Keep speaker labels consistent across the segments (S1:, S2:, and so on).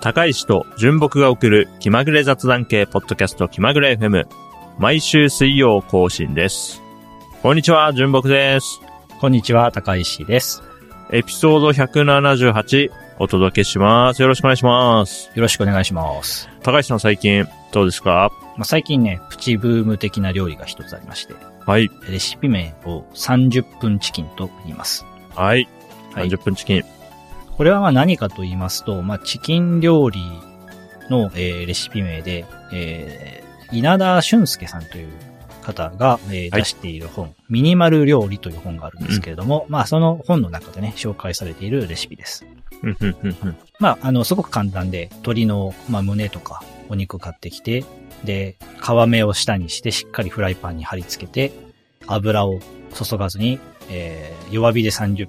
S1: 高石と純木が送る気まぐれ雑談系ポッドキャスト気まぐれ FM。毎週水曜更新です。こんにちは、純木です。
S2: こんにちは、高石です。
S1: エピソード178お届けします。よろしくお願いします。
S2: よろしくお願いします。
S1: 高石さん最近どうですか
S2: まあ、最近ね、プチブーム的な料理が一つありまして、
S1: はい。
S2: レシピ名を30分チキンと言います。
S1: はい。
S2: はい
S1: 30分チキン。
S2: これはまあ何かと言いますと、まあ、チキン料理の、えーレシピ名で、えー稲田俊介さんという方が、えー
S1: はい
S2: 出している本、ミニマル料理という本があるんですけれども、まあその本の中でね、紹介されているレシピです。
S1: うんうんうんうん
S2: まあ、あの、すごく簡単で、鶏の、まあ、胸とか、お肉買ってきて、で、皮目を下にして、しっかりフライパンに貼り付けて、油を注がずに、えー弱火で30分、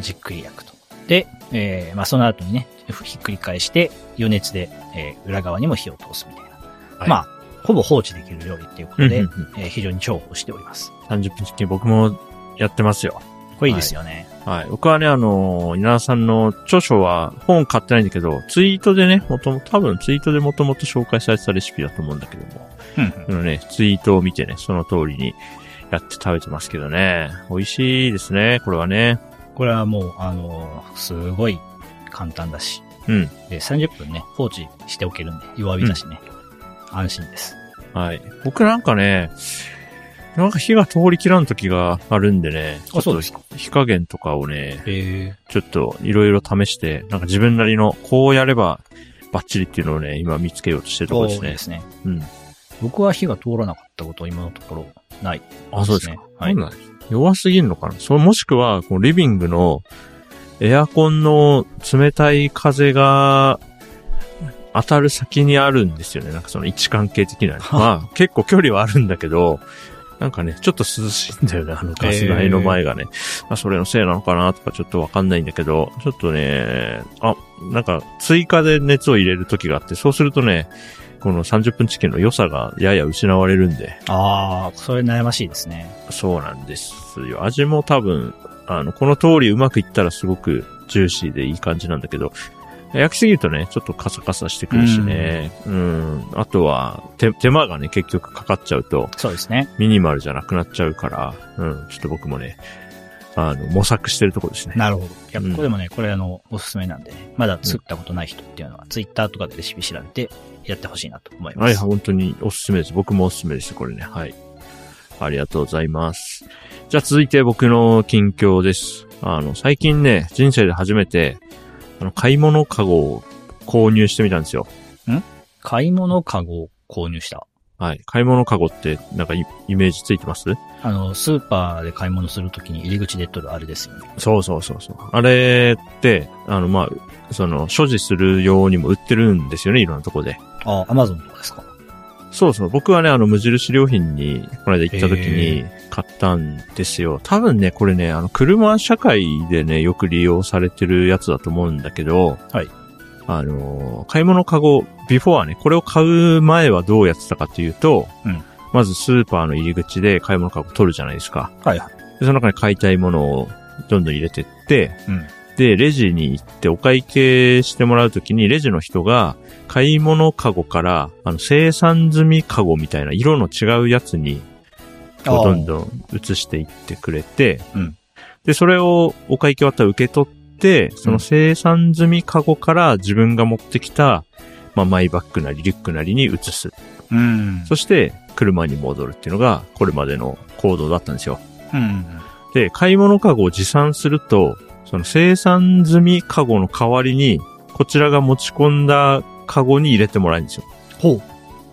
S2: じっくり焼くと。で、えーまあ、その後にね、ひっくり返して、余熱で、えー裏側にも火を通すみたいな。
S1: はい
S2: まあ、ほぼ放置できる料理っていうことで、
S1: うんうんうん
S2: えー非常に重宝しております。
S1: 30分チキン僕もやってますよ。
S2: これいいですよね。
S1: はい。僕はね、あの、稲田さんの著書は本買ってないんだけど、ツイートでね、もともと、多分ツイートでもともと紹介されてたレシピだと思うんだけども、
S2: うん
S1: そのね、ツイートを見てね、その通りにやって食べてますけどね、美味しいですね、これはね。
S2: これはもう、あのーすごい簡単だし。
S1: うん。
S2: で、30分ね、放置しておけるんで、弱火だしね。安心です。
S1: はい。僕なんかね、なんか火が通りきらん時があるんでね、ちょっと
S2: すか。
S1: 火加減とかをね、
S2: え
S1: ちょっといろいろ試して、なんか自分なりのこうやればバッチリっていうのをね、今見つけようとしてるところです
S2: で
S1: ね。
S2: すね。
S1: うん。
S2: 僕は火が通らなかったこと、今のところ、ない。
S1: あ、そうですか。
S2: ね。はい。
S1: なんだ弱すぎんのかなそもしくは、こうリビングのエアコンの冷たい風が当たる先にあるんですよね。なんかその位置関係的なの。まあ結構距離はあるんだけど、なんかね、ちょっと涼しいんだよね、あのガス台の前がね。まあそれのせいなのかなとかちょっとわかんないんだけど、ちょっとね、あ、なんか追加で熱を入れる時があって、そうするとね、この30分チキンの良さがやや失われるんで、
S2: ああ、それ悩ましいですね。
S1: そうなんですよ。味も多分、あの、この通りうまくいったらすごくジューシーでいい感じなんだけど、焼きすぎるとね、ちょっとカサカサしてくるしね。うん。あとは、手、手間がね、結局かかっちゃうと、
S2: そうですね。
S1: ミニマルじゃなくなっちゃうから、うん。ちょっと僕もね、あの、模索してるとこですね。
S2: なるほど。いや、
S1: うん
S2: これでもね、これあの、おすすめなんでね、まだ作ったことない人っていうのは、ツイッターとかでレシピ調べて、やってほしいなと思います。
S1: はい、本当におすすめです。僕もおすすめです、これね。はい。ありがとうございます。じゃあ続いて僕の近況です。あの、最近ね、人生で初めて、あの、買い物カゴを購入してみたんですよ。
S2: 買い物カゴを購入した。
S1: はい。買い物カゴって、なんかイイメージついてます
S2: あの、スーパーで買い物するときに入り口で取るあれですよね。
S1: そうそうそうそう。あれって、あの、まあ、その、所持するようにも売ってるんですよね、いろんなとこで。
S2: ああ、アマゾンとかですか
S1: そうそう。僕はね、あの、無印良品に、この間行った時に
S2: へ
S1: 買ったんですよ。多分ね、これね、あの、車社会でね、よく利用されてるやつだと思うんだけど、
S2: はい。
S1: あのー、買い物カゴ、ビフォアね、これを買う前はどうやってたかというと、
S2: うん
S1: まずスーパーの入り口で買い物カゴ取るじゃないですか。
S2: はいは
S1: で、
S2: い。
S1: その中に買いたいものをどんどん入れてって、
S2: うん
S1: で、レジに行ってお会計してもらうときに、レジの人が買い物カゴから、あの、生産済みカゴみたいな色の違うやつに、こうどんどん移していってくれて、
S2: うん
S1: で、それをお会計終わったら受け取って、その生産済みカゴから自分が持ってきた、まあ、マイバッグなりリュックなりに移す。
S2: うん。
S1: そして、車に戻るっていうのが、これまでの行動だったんですよ。
S2: うん。
S1: で、買い物カゴを持参すると、その生産済みカゴの代わりに、こちらが持ち込んだカゴに入れてもらえるんですよ。
S2: ほう。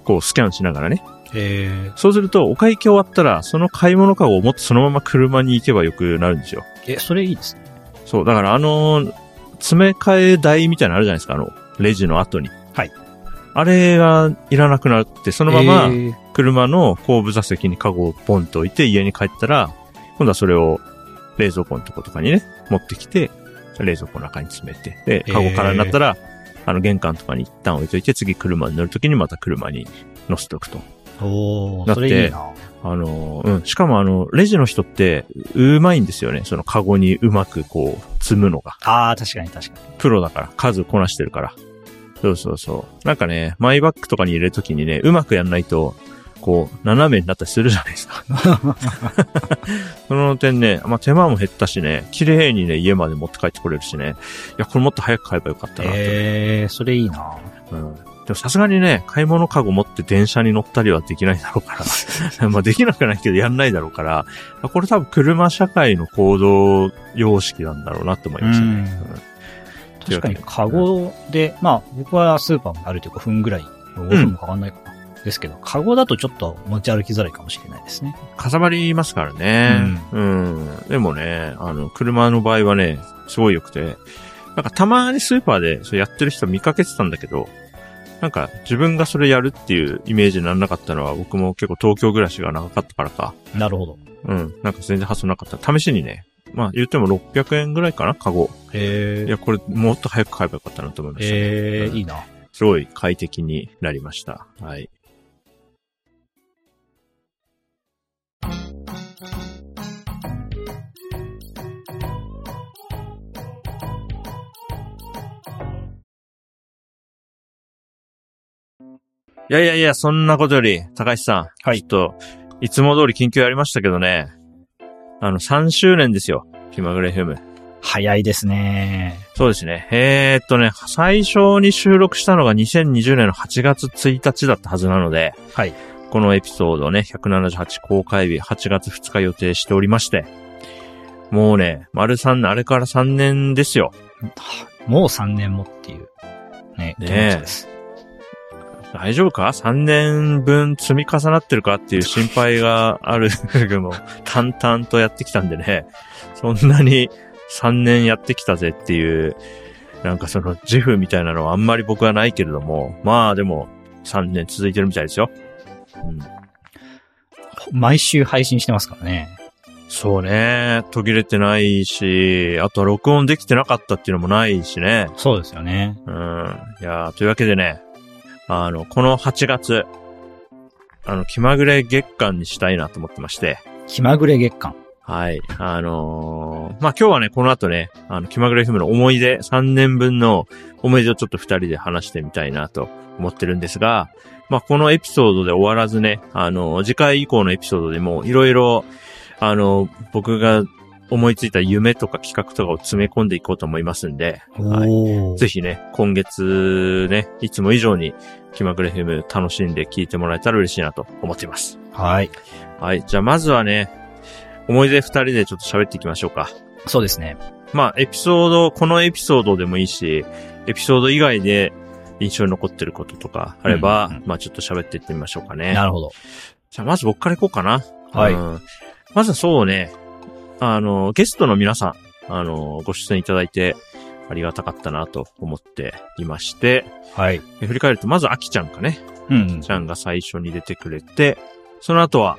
S1: こうスキャンしながらね。
S2: えー、
S1: そうすると、お会計終わったら、その買い物カゴを持ってそのまま車に行けばよくなるんですよ。
S2: え、それいいですね。
S1: そう、だからあのー詰め替え台みたいなのあるじゃないですか、あの、レジの後に。
S2: はい。
S1: あれがいらなくなって、そ
S2: こ
S1: のまま、車の後部座席にカゴをポンと置いて家に帰ったら、今度はそれを冷蔵庫のとことかにね、持ってきて、冷蔵庫の中に詰めて、で、
S2: えー
S1: カゴからになったら、あの玄関とかに一旦置いといて、次車に乗るときにまた車に乗せておくと。
S2: お
S1: だって
S2: ー、それいいな。
S1: あの、うん。しかもあの、レジの人って、うまいんですよね。そのカゴにうまくこう、積むのが。
S2: あー、確かに確か
S1: プロだから、数こなしてるから。そうそうそう。なんかね、マイバッグとかに入れるときにね、うまくやんないと、こう、斜めになったりするじゃないです か。その点ね、まあ、手間も減ったしね、綺麗にね、家まで持って帰ってこれるしね、いや、これもっと早く買えばよかったなって。
S2: えー、それいいな
S1: うん。でもさすがにね、買い物カゴ持って電車に乗ったりはできないだろうから、 まあできなくはないけどやんないだろうから、これ多分車社会の行動様式なんだろうなって思いましたね。
S2: うん確かに、カゴで、まあ、僕はスーパーまで歩いて5分ぐらい、5分もかかんないかな。ですけど、カゴだとちょっと持ち歩きづらいかもしれないですね。
S1: かさばりますからね。うん。でもね、あの、車の場合はね、すごい良くて、なんかたまにスーパーでそれやってる人見かけてたんだけど、なんか自分がそれやるっていうイメージにならなかったのは僕も結構東京暮らしが長かったからか。
S2: なるほど。
S1: うん。なんか全然発想なかった。試しにね、まあ言っても600円ぐらいかな、カゴ。
S2: へ
S1: いや、これもっと早く買えばよかったなと思いましたね、
S2: え
S1: う
S2: ー、
S1: ん
S2: いいな。
S1: すごい快適になりました。はい。いやいやいや、そんなことより、高橋さん。
S2: はい
S1: ちょっと、いつも通り緊急やりましたけどね。あの、3周年ですよ。気まぐれ FM。
S2: 早いですね。
S1: そうですね。えー、っとね、最初に収録したのが2020年の8月1日だったはずなので、
S2: はい。
S1: このエピソードをね、178公開日8月2日予定しておりまして、もうね、丸3、あれから3年ですよ。
S2: もう3年もっていう、ね、
S1: ねえ
S2: 気持ちです。
S1: 大丈夫か ?3 年分積み重なってるかっていう心配があるもう 淡々とやってきたんでね、そんなに3年やってきたぜっていう、なんかその自負みたいなのはあんまり僕はないけれども、まあでも3年続いてるみたいですよ。うん、
S2: 毎週配信してますからね。
S1: そうね、途切れてないし、あとは録音できてなかったっていうのもないしね。
S2: そうですよね。
S1: うん。いやーというわけでね、あの、この8月、あの、気まぐれ月間にしたいなと思ってまして、
S2: 気まぐれ月間。
S1: はい。あのーまあ、今日はね、この後ね、あの、気まぐれ FM の思い出、3年分の思い出をちょっと2人で話してみたいなと思ってるんですが、まあ、このエピソードで終わらずね、あのー次回以降のエピソードでもいろいろ、あのー僕が思いついた夢とか企画とかを詰め込んでいこうと思いますんで、はい
S2: おー
S1: ぜひね、今月ね、いつも以上に気まぐれ FM 楽しんで聞いてもらえたら嬉しいなと思っています。
S2: はい。
S1: はい。じゃあまずはね、思い出二人でちょっと喋っていきましょうか。
S2: そうですね。
S1: まあ、エピソード、このエピソードでもいいし、エピソード以外で印象に残ってることとかあれば、
S2: うんうん
S1: まあちょっと喋っていってみましょうかね。
S2: なるほど。
S1: じゃあまず僕からいこうかな。
S2: はい
S1: うんまずはそうね、あの、ゲストの皆さん、あの、ご出演いただいて、ありがたかったなと思っていまして、
S2: はい。
S1: え振り返ると、まず、アキちゃんかね。
S2: うんうん
S1: ち。ゃんが最初に出てくれて、その後は、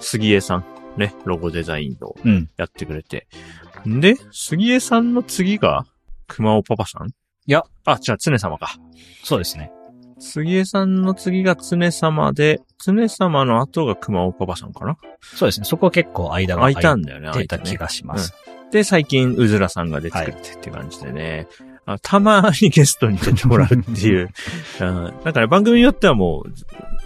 S1: 杉江さん。ね、ロゴデザインを
S2: うん。
S1: やってくれて。んで、杉江さんの次が、熊尾パパさんい
S2: や。
S1: あ、じゃあ、常様か。
S2: そうですね。
S1: 杉江さんの次が常様で、常様の後が熊尾パパさんかな
S2: そうですね。そこは結構間が
S1: 空いた
S2: 空
S1: ん
S2: い
S1: だよね、
S2: て
S1: 空い
S2: た
S1: た
S2: 気
S1: ね。
S2: がします。
S1: で、最近、うずらさんが出てくれてって感じでね。あたまにゲストに出てもらうっていう。うん、なんかね、番組によってはもう、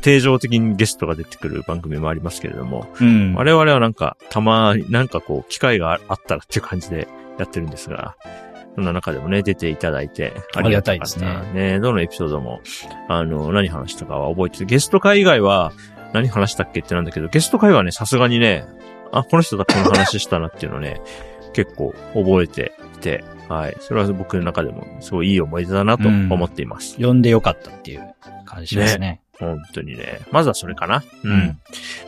S1: 定常的にゲストが出てくる番組もありますけれども、
S2: うん。
S1: 我々はなんか、たまに、なんかこう、機会があったらっていう感じでやってるんですが、そんな中でもね、出ていただいて、
S2: ありがたいですね
S1: ありがたかったね。どのエピソードも、あの、何話したかは覚えてて、ゲスト会以外は、何話したっけってなんだけど、ゲスト会はね、さすがにね、あ、この人だ、この話したなっていうのね、結構覚えていて、はい。それは僕の中でも、すごいいい思い出だなと
S2: うん
S1: 思っています。
S2: 呼んでよかったっていう感じですね。
S1: 本当にね。まずはそれかな。う
S2: うん。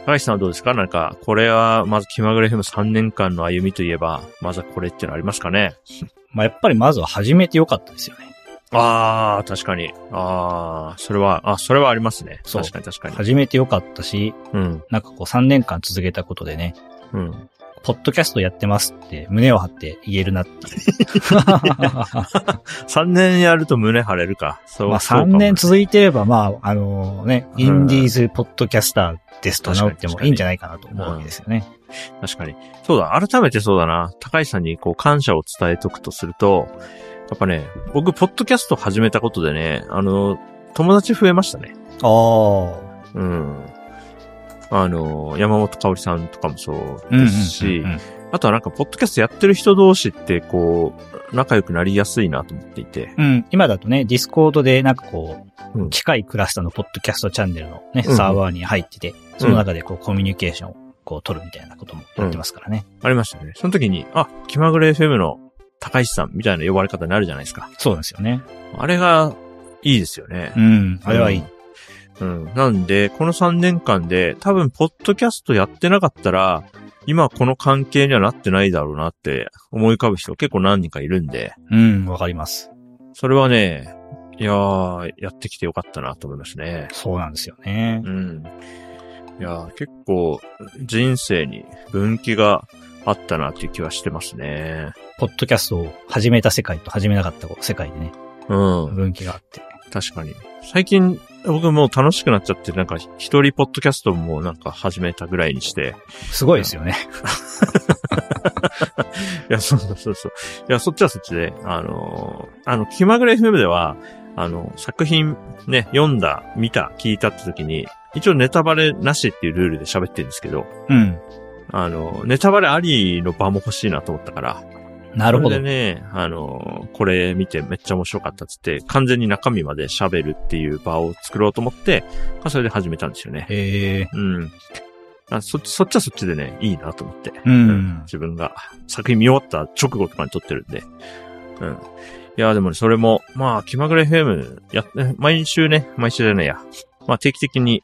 S1: 高橋さんはどうですかなんか、これは、まず気まぐれ FM3 年間の歩みといえば、まずはこれってのありますか ね
S2: まあ、やっぱりまずは始めてよかったですよね。
S1: ああ、確かに。ああ、それは、あ、それはありますね。
S2: そう
S1: 確かに確かに。
S2: 始めてよかったし、
S1: うん、
S2: なんかこう3年間続けたことでね、
S1: うん。
S2: ポッドキャストやってますって胸を張って言えるなっていう。
S1: 3年やると胸張れるか。そう、
S2: まあ
S1: そうか
S2: 3
S1: も
S2: 年続いてれば、まあ、あのね、
S1: うん
S2: インディーズポッドキャスターですと名乗って
S1: 確
S2: も
S1: かに
S2: いいんじゃないかなと思うわけですよね。
S1: 確かに。そうだ、改めてそうだな。高橋さんにこう感謝を伝えとくとすると、っぱね、僕、ポッドキャスト始めたことでね、あの、友達増えましたね。
S2: ああ。
S1: うん。あの、山本香織さんとかもそうですし、あとはなんか、ポッドキャストやってる人同士って、こう、仲良くなりやすいなと思っていて。
S2: うん、今だとね、ディスコードでなんかこう、
S1: うん
S2: 近いクラスターのポッドキャストチャンネルのね、
S1: うんうん
S2: サーバーに入ってて、その中でこうコミュニケーションをこう取るみたいなこともやってますからね。
S1: ありましたね。その時に、あ、気まぐれ FM の高石さんみたいな呼ばれ方になるじゃないですか。
S2: そうですよね。
S1: あれが、いいですよね
S2: う。ん、あれはいい。
S1: うん。うん。なんで、この3年間で、多分、ポッドキャストやってなかったら、今この関係にはなってないだろうなって思い浮かぶ人結構何人かいるんで、
S2: うん、わかります。
S1: それはね、いやー、やってきてよかったなと思いますね。
S2: そうなんですよね。
S1: うん。いやー、結構、人生に分岐があったなっていう気はしてますね。
S2: ポッドキャストを始めた世界と始めなかった世界でね、
S1: うん。
S2: 分岐があって。
S1: 確かに。最近、僕もう楽しくなっちゃって、なんか、一人ポッドキャストもなんか始めたぐらいにして。
S2: すごいですよね。
S1: いや、そうそうそうそう。いや、そっちはそっちで、あのーあの、気まぐれ FM では、あの、作品ね、読んだ、見た、聞いたって時に、一応ネタバレなしっていうルールで喋ってるんですけど、
S2: うん。
S1: あの、ネタバレありの場も欲しいなと思ったから、
S2: なるほ
S1: そ
S2: ど。
S1: れでね、あの、これ見てめっちゃ面白かったっつって、完全に中身まで喋るっていう場を作ろうと思って、まあ、それで始めたんですよね。
S2: へえ。
S1: うん。あそっち、そっちはそっちでね、いいなと思って。
S2: う。
S1: うん自分が作品見終わった直後とかに撮ってるんで。うん。いや、でもね、それも、まあ、気まぐれ FM やって、毎週ね、毎週じゃないや。まあ、定期的に、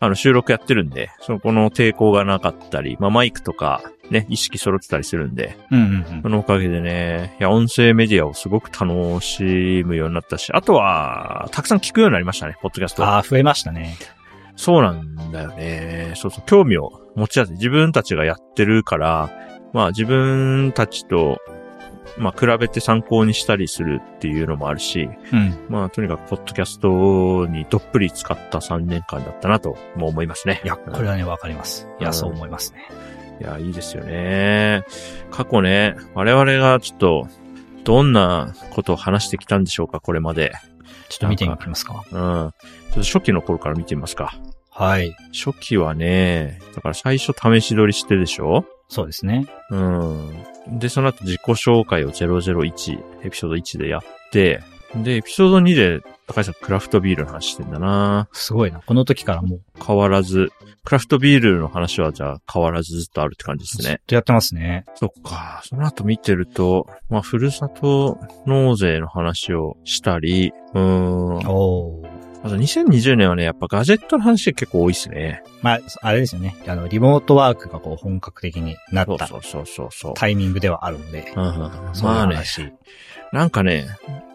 S1: あの、収録やってるんで、その、この抵抗がなかったり、まあ、マイクとか、ね、意識揃ってたりするんで、
S2: うんうん
S1: そのおかげでね、いや、音声メディアをすごく楽しむようになったし、あとは、たくさん聞くようになりましたね、ポッドキャス
S2: うん。
S1: ト。
S2: ああ、増えましたね。
S1: そうなんだよね。そうそう、興味を持ち合って、自分たちがやってるから、まあ自分たちと、まあ比べて参考にしたりするっていうのもあるし、
S2: うん。
S1: まあとにかくポッドキャストにどっぷり使った3年間だったなとも思いますね。
S2: いや、これはね、わかります。いうや、
S1: ん
S2: そう思いますね。
S1: いや、いいですよね。過去ね、我々がちょっと、どんなことを話してきたんでしょうか、これまで。
S2: ちょっと見てみます
S1: うん。
S2: か。
S1: ちょっと初期の頃から見てみますか。
S2: はい。
S1: 初期はね、だから最初試し撮りしてでしょ
S2: そうですね。
S1: うん。で、その後自己紹介を001、エピソード1でやって、で、エピソード2で、高橋さんクラフトビールの話してんだな
S2: すごいな。この時からもう、
S1: 変わらず、クラフトビールの話はじゃあ変わらずずっとあるって感じです
S2: ずっ
S1: ね。
S2: とやってますね。
S1: そっか。その後見てると、まあ、ふるさと納税の話をしたり、うーん。あ
S2: おー。
S1: と2020年はね、やっぱガジェットの話が結構多いですね。
S2: まあ、あれですよね。あの、リモートワークがこう本格的になっ
S1: そう
S2: た
S1: そうそうそうそう。
S2: タイミングではあるので、
S1: うんうん
S2: その
S1: まあね、
S2: 話。
S1: なんかね、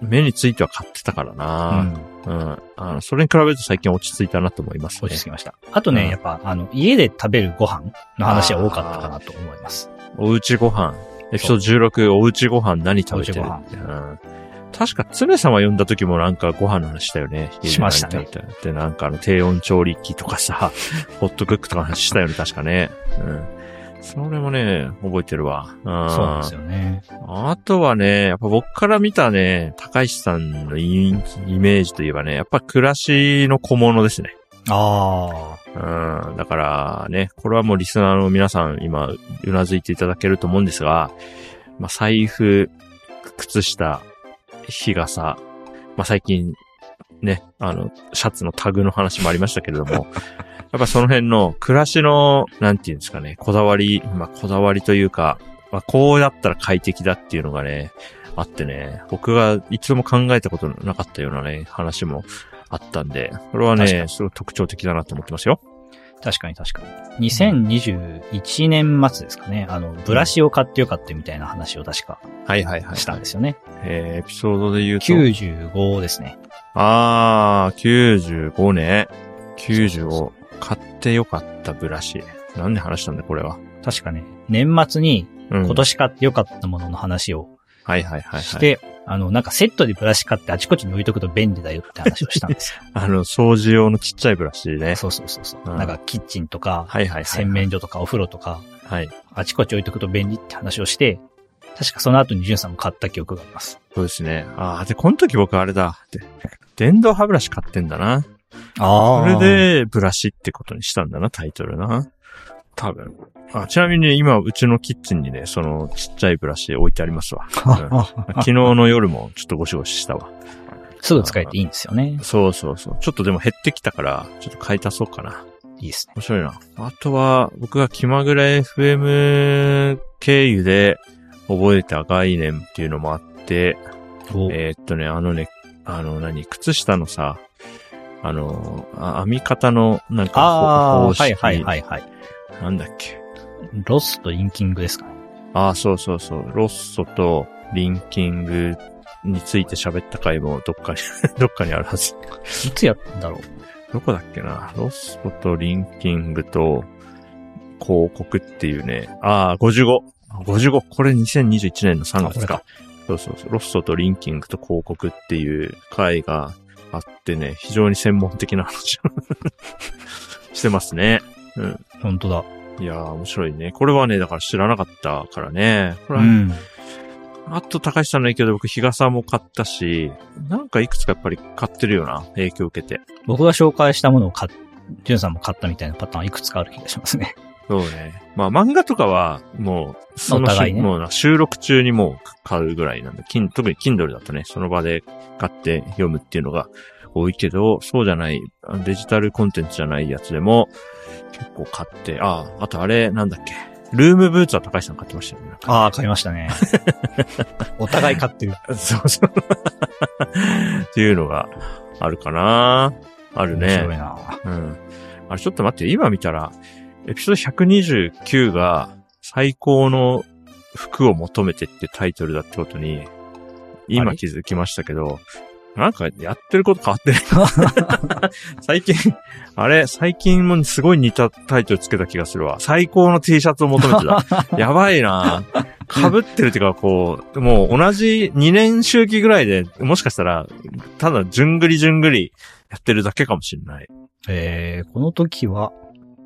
S1: 目については買ってたからな、
S2: うん、
S1: うん。あの、それに比べると最近落ち着いたなと思いますね
S2: 落ち着。きました。あとね、
S1: うん
S2: やっぱ、あの、家で食べるご飯の話は多かったかなと思います。
S1: おうちご飯。エピソード16、おうちご飯何食べてる
S2: おうち
S1: うん。確か、常様呼んだ時もなんかご飯の話したよね。
S2: しましたね
S1: で、なんかあの、低温調理器とかさ、 ホットクックとかの話したよね、確かね。うん。それもね、覚えてるわ。そう
S2: そうなんですよね。
S1: あとはね、やっぱ僕から見たね、高石さんのイイメージといえばね、やっぱ暮らしの小物ですね。
S2: ああ、
S1: うん。だからね、これはもうリスナーの皆さん今、うなずいていただけると思うんですが、まあ、財布、靴下、日傘、まあ、最近、ね、あの、シャツのタグの話もありましたけれど も、やっぱその辺の暮らしの、なんていうんですかね、こだわり、まあ、こだわりというか、まあ、こうやったら快適だっていうのがね、あってね、僕が一度も考えたことのなかったようなね、話もあったんで、これは
S2: 確か
S1: ね、すごい特徴的だなと思ってますよ。
S2: 確かに確かに。2021年末ですかね。あの、ブラシを買ってよかったみたいな話を確か
S1: はいはいは
S2: したんですよね。
S1: えー、エピソードで言うと。
S2: 95ですね。
S1: あー、95ね。95。買ってよかったブラシ。なんで話したんだこれは。
S2: 確かね、年末に
S1: うん。
S2: 今年買ってよかったものの話を
S1: はいはいはい、はい。
S2: して、あの、なんかセットでブラシ買ってあちこちに置いとくと便利だよって話をしたんですよ。
S1: あの、掃除用のちっちゃいブラシね。
S2: そうそうそうそう。
S1: うん
S2: なんかキッチンとか、
S1: はいはいはい。
S2: 洗面所とかお風呂とか、
S1: はい。
S2: あちこち置いとくと便利って話をして、確かその後にジュンさんも買った記憶があります。
S1: そうですね。ああ、で、この時僕あれだって。電動歯ブラシ買ってんだな。そ
S2: あ
S1: れで、ブラシってことにしたんだな、タイトルな。多分。あちなみに今、うちのキッチンにね、そのちっちゃいブラシ置いてあります わ。うん昨日の夜もちょっとゴシゴシしたわ。
S2: すぐ使えていいんですよね。
S1: そうそうそう。ちょっとでも減ってきたから、ちょっと買い足そうかな。
S2: いいですね。
S1: 面白いな。あとは、僕が気まぐれ FM 経由で覚えた概念っていうのもあって、
S2: お
S1: えーっとね、あのね、あの何、靴下のさ、あの、あ編み方のなんか方方
S2: ああー、は
S1: 式、
S2: いはいはいはい。
S1: なんだっけ。
S2: ロスとインキングですかね。
S1: ああ、そうそうそう。ロッソとリンキングについて喋った回もどっかに、 どっかにあるはず。
S2: いつやったんだろう。
S1: どこだっけな。ロッソとリンキングと広告っていうね。ああ、55。55。これ2021年の3
S2: あこ
S1: 月
S2: れ
S1: か
S2: か。
S1: そうそうそう。ロッソとリンキングと広告っていう回があってね、非常に専門的な話をしてますね。
S2: 本当だ。
S1: いやー、面白いね。これはね、だから知らなかったからね。これは、
S2: うん。
S1: あと高橋さんの影響で僕、日傘も買ったし、なんかいくつかやっぱり買ってるよな。影響受けて。
S2: 僕が紹介したものを買っ、ジュンさんも買ったみたいなパターンいくつかある気がしますね。
S1: そうね。まあ漫画とかは、もう、その
S2: お互いね
S1: もうな収録中にもう買うぐらいなんで、Kin- 特に Kindle だとね、その場で買って読むっていうのが多いけど、そうじゃない、あデジタルコンテンツじゃないやつでも、結構買って、ああ、あとあれ、なんだっけ。ルームブーツは高橋さん買ってましたよね。なんか
S2: ああ、買いましたね。 お互い買ってる。
S1: そうそう。っていうのがあるかな。あるね。
S2: 面白いな。
S1: うん。あれ、ちょっと待って、今見たら、エピソード129が、最高の服を求めてってタイトルだってことに、
S2: あ
S1: 今
S2: れ
S1: 気づきましたけど、なんかやってること変わってない。 最近、あれ、最近もすごい似たタイトルつけた気がするわ。最高の T シャツを求めて だ。やばいな被ってるっていうか、こう、もう同じ2年周期ぐらいで、もしかしたら、ただ、じゅんぐりじゅんぐりやってるだけかもしれない。
S2: えー、この時は、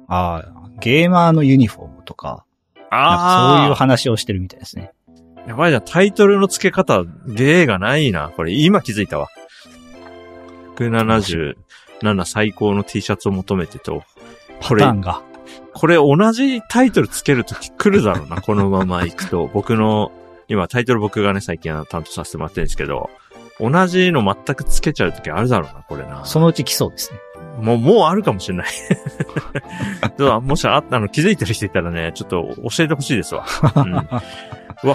S2: ああ、ゲーマーのユニフォームとか、なんかそういう
S1: ああ
S2: 話をしてるみたいですね。
S1: やばいな、タイトルの付け方、芸がないな。これ、今気づいたわ。177最高の T シャツを求めてと、こ
S2: パ
S1: れ
S2: ターンが。
S1: これ同じタイトルつけるとき来るだろうな、 このまま行くと。僕の、今タイトル僕がね、最近あの担当させてもらってるんですけど、同じの全くつけちゃうときあるだろうな、これな。
S2: そのうち来そうですね。
S1: もう、もうあるかもしれない。 ちょっともしあったの気づいてる人いたらね、ちょっと教えてほしいですわ。うん、うわ、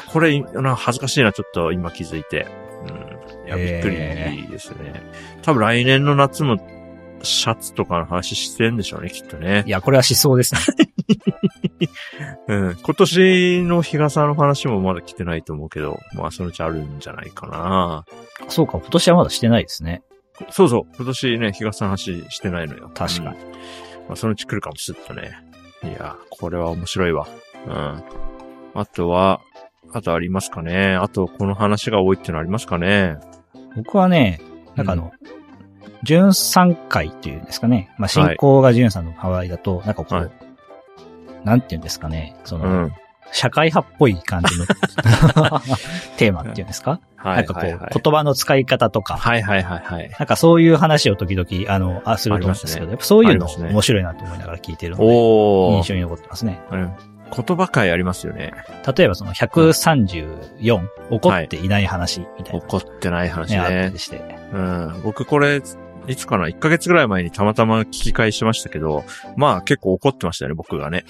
S1: これ、な恥ずかしいな、ちょっと今気づいて。うん、いや、びっくり
S2: えー
S1: ですね。多分来年の夏もシャツとかの話してんでしょうね、きっとね
S2: い。や、これは思想ですね。
S1: うん、今年の日傘の話もまだ来てないと思うけど、まあそのうちあるんじゃないかな。
S2: そうか、今年はまだしてないですね。
S1: そうそう、今年ね、日傘の話してないのよ。
S2: 確かに
S1: うんまあ、そのうち来るかもしれっとね。いやー、これは面白いわ。うん。あとは、あとありますかね。あと、この話が多いってのありますかね。
S2: 僕はね、なんかあの、ジュンさん会っていうんですかね。まあ、進行がジュンさんの場合だと、なんかこう、
S1: はい
S2: なんていうんですかね、そうの、
S1: ん。
S2: 社会派っぽい感 じのテーマっていうんですか、
S1: は、
S2: ないんかこう、
S1: はい、はい。
S2: 言葉の使い方とか、
S1: はいはいはいはい。
S2: なんかそういう話を時々、あの、あすると思うんですけ
S1: あります
S2: ど、
S1: ね
S2: やっぱそういう
S1: あり
S2: の
S1: ますね
S2: 面白いなと思いながら聞いてるので、
S1: おー。
S2: 印象に残ってますね。
S1: うん言葉会ありますよね。
S2: 例えばその134、怒っていない話みたいな、ね
S1: 怒ってない話
S2: あった
S1: ね
S2: り。して。
S1: うん。僕これ、いつかな ?1 ヶ月ぐらい前にたまたま聞き返しましたけど、まあ結構怒ってましたよね、僕がね。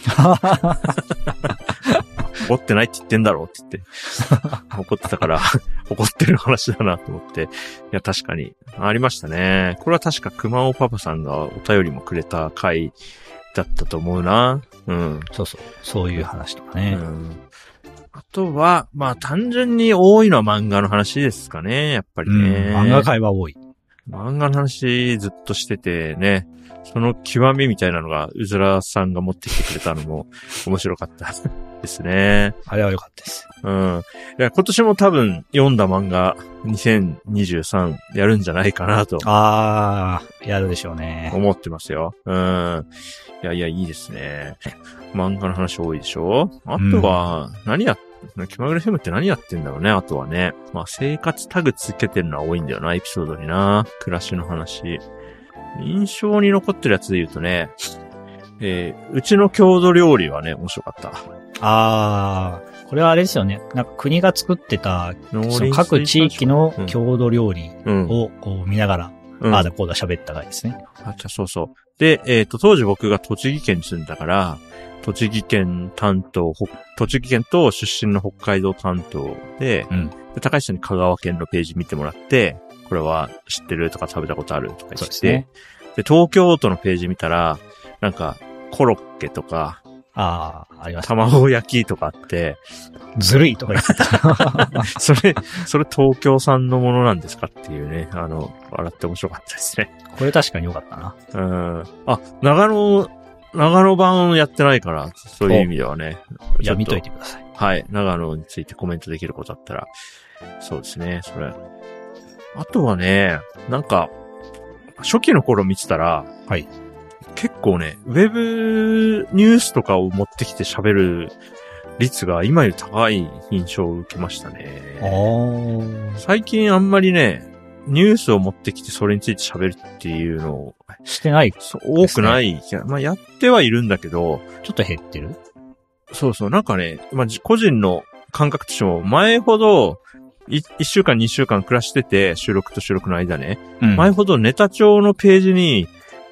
S1: 怒ってないって言ってんだろうって言って。怒ってたから、 怒ってる話だなと思って。いや、確かに。ありましたね。これは確か熊尾パパさんがお便りもくれた回だったと思うな。うん。
S2: そうそう。そういう話とか
S1: う
S2: ね。
S1: ん。あとは、まあ単純に多いのは漫画の話ですかね、やっぱり
S2: うん
S1: ね。
S2: 漫画界は多い。
S1: 漫画の話ずっとしててね、その極みみたいなのが、うずらさんが持ってきてくれたのも面白かった ですね。
S2: あれは良かったです。
S1: うん。いや、今年も多分読んだ漫画2023やるんじゃないかなと
S2: あー、やるでしょうね。
S1: 思ってますよ。うん。いやいや、いいですね。漫画の話多いでしょあとは、何やっ気まぐれフェムって何やってんだろうね、あとはね。まあ、生活タグつけてるのは多いんだよな、エピソードにな。暮らしの話。印象に残ってるやつで言うとね、えー、うちの郷土料理はね、面白かった。
S2: あー、これはあれですよね。なんか国が作ってた、
S1: 農林
S2: そ
S1: 水
S2: の
S1: 産
S2: 各地域の
S1: うん
S2: 郷土料理
S1: うん。
S2: をこう見ながら、
S1: うん
S2: ああだこうだ喋ったがいですね。
S1: あ、じゃあそうそう。で、えっ、と、当時僕が栃木県に住んでたから、栃木県担当、ほ栃木県と出身の北海道担当で、
S2: うん
S1: で高橋さんに香川県のページ見てもらって、これは知ってるとか食べたことあるとか言っ
S2: そうで
S1: て、
S2: すね。
S1: で、東京都のページ見たら、なんか、コロッケとか、
S2: ああ、ありました。
S1: 卵焼きとかあって、
S2: ずるいとか言ってた。
S1: それ、それ東京産のものなんですかっていうね、あの、笑って面白かったですね。
S2: これ確かに良かった な。
S1: うん。あ、長野、長野版やってないから、そういう意味ではね。
S2: じゃあ見とい
S1: て。
S2: てください。
S1: はい。長野についてコメントできることだったら、そうですね、それ。あとはね、なんか、初期の頃見てたら、
S2: はい。
S1: 結構ね、ウェブニュースとかを持ってきて喋る率が今より高い印象を受けました
S2: あ
S1: ね。
S2: ー
S1: 最近あんまりね、ニュースを持ってきてそれについて喋るっていうのを
S2: してない。ち
S1: そう、多くない気が。まあ、やってはいるんだけど、
S2: ょっと減ってる
S1: そうそう、なんかね、まあ、じ個人の感覚としても、前ほど、い一週間、二週間暮らしてて、収録と収録の間ね、
S2: うん
S1: 前ほどネタ帳のページに、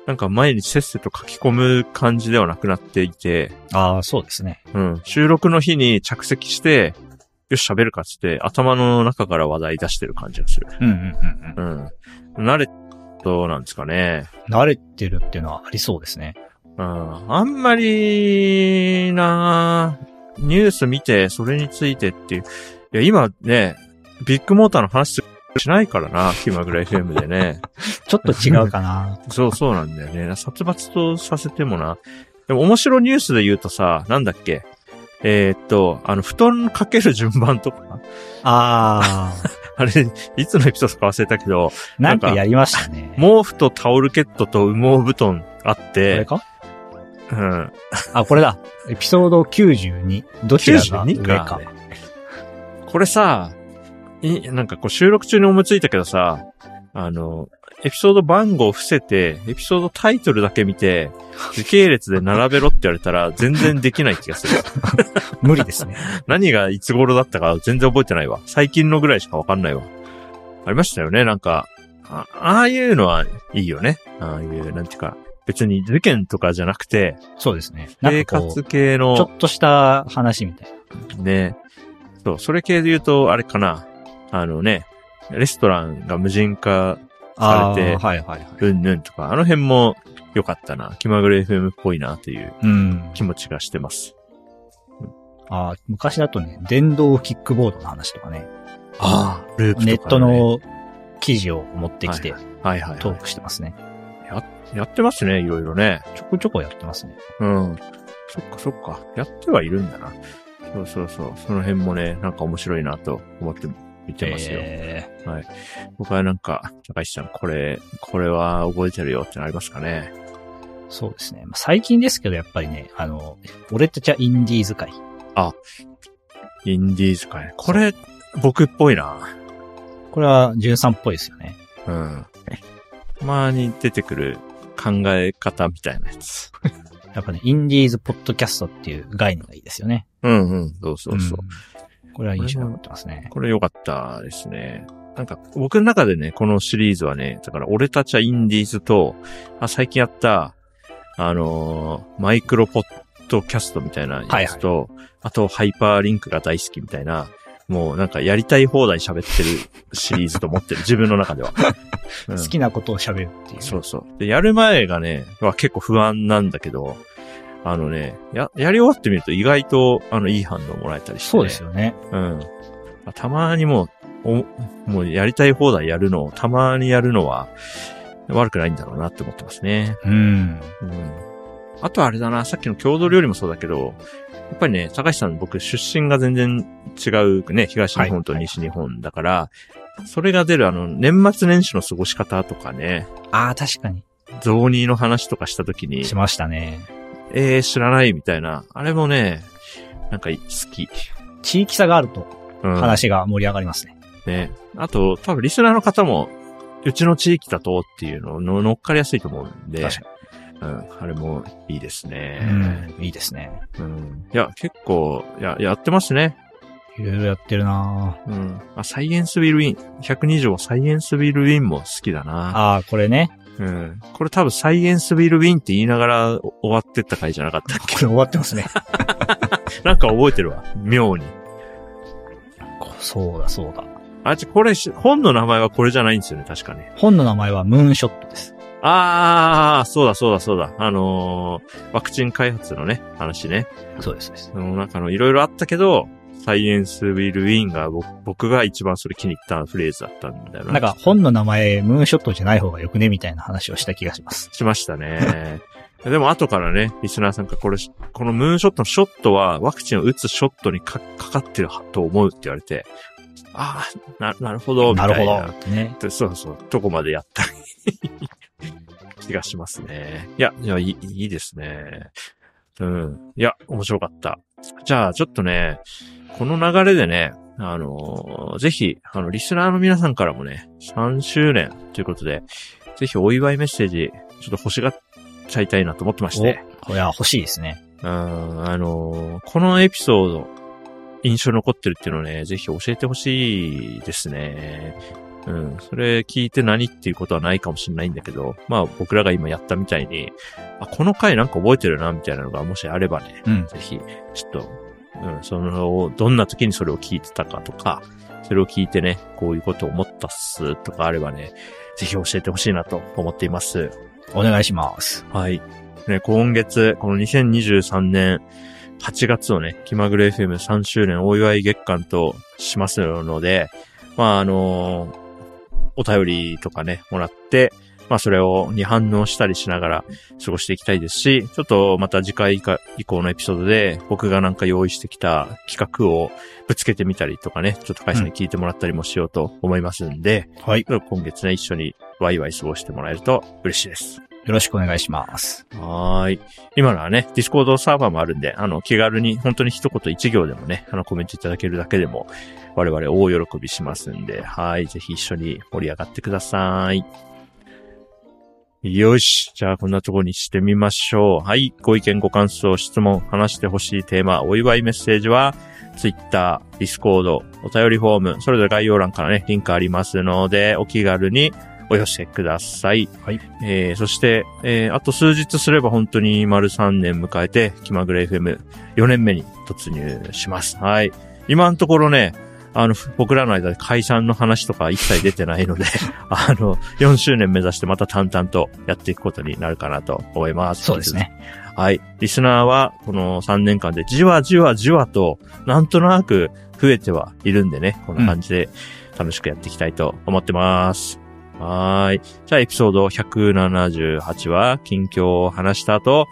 S1: なんか毎日せっせと書き込む感じではなくなっていて、
S2: ああ、そうですね。
S1: うん、収録の日に着席して、よし、喋るかっつって、頭の中から話題出してる感じがする。
S2: うんうんうん
S1: うん。慣れとなんですかね。
S2: うん。慣れてるっていうのはありそうですね。
S1: うんあんまりなあ、ニュース見て、それについてっていう。いや、今ね、ビッグモーターの話しないからな、気まぐれ FM でね。
S2: ちょっと違うかな。
S1: そうそうなんだよね。殺伐とさせてもな。でも面白ニュースで言うとさ、なんだっけ。えーっと、あの、布団かける順番とか。
S2: あ
S1: あれ、いつのエピソードか忘れたけど、
S2: あ、なんかやりましたね。
S1: 毛
S2: こ
S1: 布とタオルケットと羽毛布団あっ
S2: れ
S1: て、
S2: か
S1: うん。
S2: あ、これだ。エピソード92。どちらが上
S1: 92か
S2: か。
S1: これさ、い、なんかこう収録中に思いついたけどさ、あの、エピソード番号を伏せて、エピソードタイトルだけ見て、時系列で並べろって言われたら全然できない気がす る。
S2: 無理ですね。
S1: 何がいつ頃だったか全然覚えてないわ。最近のぐらいしかわかんないわ。ありましたよね、なんか。あああいうのはいいよね。ああいう、なんていうか、別に事件とかじゃなくて、
S2: そうですね。なん
S1: 生
S2: かこう、
S1: 活系の。
S2: ちょっとした話みたいな。
S1: ね。そう、それ系で言うと、あれかな。あのね、レストランが無人化、
S2: ああ
S1: されて
S2: はいはいはい。
S1: うんぬんとか、あの辺も良かったな。気まぐれ FM っぽいなという
S2: うん。
S1: 気持ちがしてます。
S2: ああ、昔だとね、電動キックボードの話とかね。
S1: ああ、ループとか、ね。
S2: ネットの記事を持ってきて
S1: はいはい、
S2: トー
S1: は
S2: クしてますね。
S1: い。やってますね、いろいろね。
S2: ちょこちょこやってますね。
S1: うん。そっかそっか。やってはいるんだな。そうそうそう。その辺もね、なんか面白いなと思って見てますよ。
S2: え
S1: 僕はなんか、高石さん、これ、これは覚えてるよってのありますかね。
S2: ーそうですね。まあ最近ですけど、やっぱりね、あの、俺たちはインディーズ界。
S1: インディーズかね。これ、僕っぽいな。
S2: これは、純さんっぽいですよね。
S1: うん。たまに出てくる考え方みたいなやつ。
S2: やっぱね、インディーズポッドキャストっていう概念がいいですよね。
S1: うんうん、そうそうそう。
S2: うんこれは印象に残ってますね。
S1: これ良かったですね。なんか、僕の中でね、このシリーズはね、だから、俺たちはインディーズと、あ最近やった、あのーマイクロポッドキャストみたいなやつと、あと、ハイパーリンクが大好きみたいな、もうなんかやりたい放題喋ってるシリーズと思ってる、自分の中では。うん
S2: 好きなことを喋るっていう。
S1: そうそう。で、やる前がね、は結構不安なんだけど、あのね、や、やり終わってみると意外と、あの、いい反応もらえたりして、ね。
S2: そうですよね。
S1: うん。たまにもう、お、もうやりたい放題やるのを、たまにやるのは、悪くないんだろうなって思ってますね。
S2: うん。
S1: うん。あとあれだな、さっきの郷土料理もそうだけど、やっぱりね、高橋さん僕出身が全然違うね、東日本と西日本だから、それが出るあの、年末年始の過ごし方とかね、
S2: ああ、確かに。
S1: 雑煮の話とかした時に、
S2: しましたね。
S1: えー、知らないみたいな、あれもね、なんか好き。
S2: 地域差があると
S1: うん。
S2: 話が盛り上がりますね。
S1: ね。あと、多分リスナーの方も、うちの地域だとっていうのを乗乗っかりやすいと思うんで、
S2: 確か
S1: うん、あれもいいです
S2: に。
S1: ね。
S2: うんいいですね。
S1: うん。いや、結構、いや、やってますね。
S2: いろいろやってるなぁ
S1: うん。あ、サイエンスビルイン、120サイエンスビルインも好きだな。
S2: ああ、これね。
S1: うん。これ多分サイエンスビルインって言いながらお終わってった回じゃなか ったっ
S2: これ終わってますね。
S1: けなんか覚えてるわ。妙に。
S2: こそうだ、そうだ。
S1: あ、ちょ、これし、本の名前はこれじゃないんですよね、確かね。
S2: 本の名前はムーンショットです。
S1: ああ、そうだそうだそうだ。あのーワクチン開発のね、話ね。
S2: そうです、そうです。
S1: その中のいろいろあったけど、サイエンスウィルウィンが僕僕が一番それ気に入ったフレーズだったんだよな。
S2: なんか、本の名前、ムーンショットじゃない方がよくね、みたいな話をした気がします。
S1: しましたね。 でも後からね、リスナーさんがこれ、このムーンショットのショットはワクチンを打つショットにかかかってると思うって言われて、ああ、な、なるほど、みた
S2: ないる
S1: な。
S2: ほど。ってね。
S1: でそうそう、どこまでやった気がしますね。いや、いや、いいいいですね。うん。いや、面白かった。じゃあ、ちょっとね、この流れでね、あのーぜひ、あの、リスナーの皆さんからもね、3周年ということで、ぜひお祝いメッセージ、ちょっと欲しがっちゃいたいなと思ってまして、
S2: お、これは欲しいですね。
S1: うん、あのーこのエピソード、印象に残ってるっていうのをね、ぜひ教えてほしいですね。うん。それ聞いて何っていうことはないかもしれないんだけど、まあ僕らが今やったみたいに、あ、この回なんか覚えてるな、みたいなのがもしあればね、
S2: うん。
S1: ぜひ、ちょっと、うん、その、どんな時にそれを聞いてたかとか、それを聞いてね、こういうことを思ったっすとかあればね、ぜひ教えてほしいなと思っています。
S2: お願いします。
S1: はい。ね、今月、この2023年8月をね、気まぐれ FM3 周年お祝い月間としますので、まあ、あのお便りとかね、もらって、まあ、それを、に反応したりしながら過ごしていきたいですし、ちょっとまた次回以下以降のエピソードで、僕がなんか用意してきた企画をぶつけてみたりとかね、ちょっと会社に聞いてもらったりもしようと思いますんで、
S2: はい。よ
S1: 今月ね、一緒にワイワイ過ごしてもらえると嬉しいです。
S2: ろしくお願いします。
S1: はーい。今のはね、ディスコードサーバーもあるんで、あの、気軽に、本当に一言一行でもね、あの、コメントいただけるだけでも、我々大喜びしますんで、はい。ぜひ一緒に盛り上がってください。よし。じゃあ、こんなところにしてみましょう。はい。ご意見、ご感想、質問、話してほしいテーマ、お祝いメッセージは、Twitter、Discord、お便りフォーム、それぞれ概要欄からね、リンクありますので、お気軽にお寄せください。
S2: はい。
S1: えー、そして、えー、あと数日すれば本当に丸3年迎えて、気まぐれ FM4 年目に突入します。はい。今のところね、あの、僕らの間で解散の話とか一切出てない ので、あの、4周年目指してまた淡々とやっていくことになるかなと思います。
S2: そうですね。
S1: はい。リスナーは、この3年間でじわじわじわと、なんとなく増えてはいるんでね、こんな感じで楽しくやっていきたいと思ってます。はーい。じゃあ、エピソード178は、近況を話した後、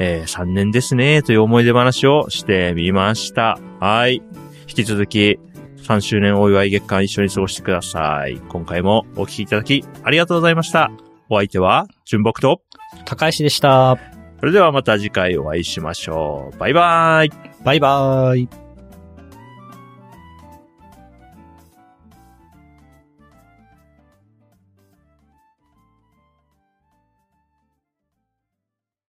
S1: えー3年ですね、という思い出話をしてみました。はい。引き続き、3周年お祝い月間一緒に過ごしてください。今回もお聞きいただき、ありがとうございました。お相手は、純木と、
S2: 高石でした。
S1: それではまた次回お会いしましょう。バイバイ。
S2: バイバーイ。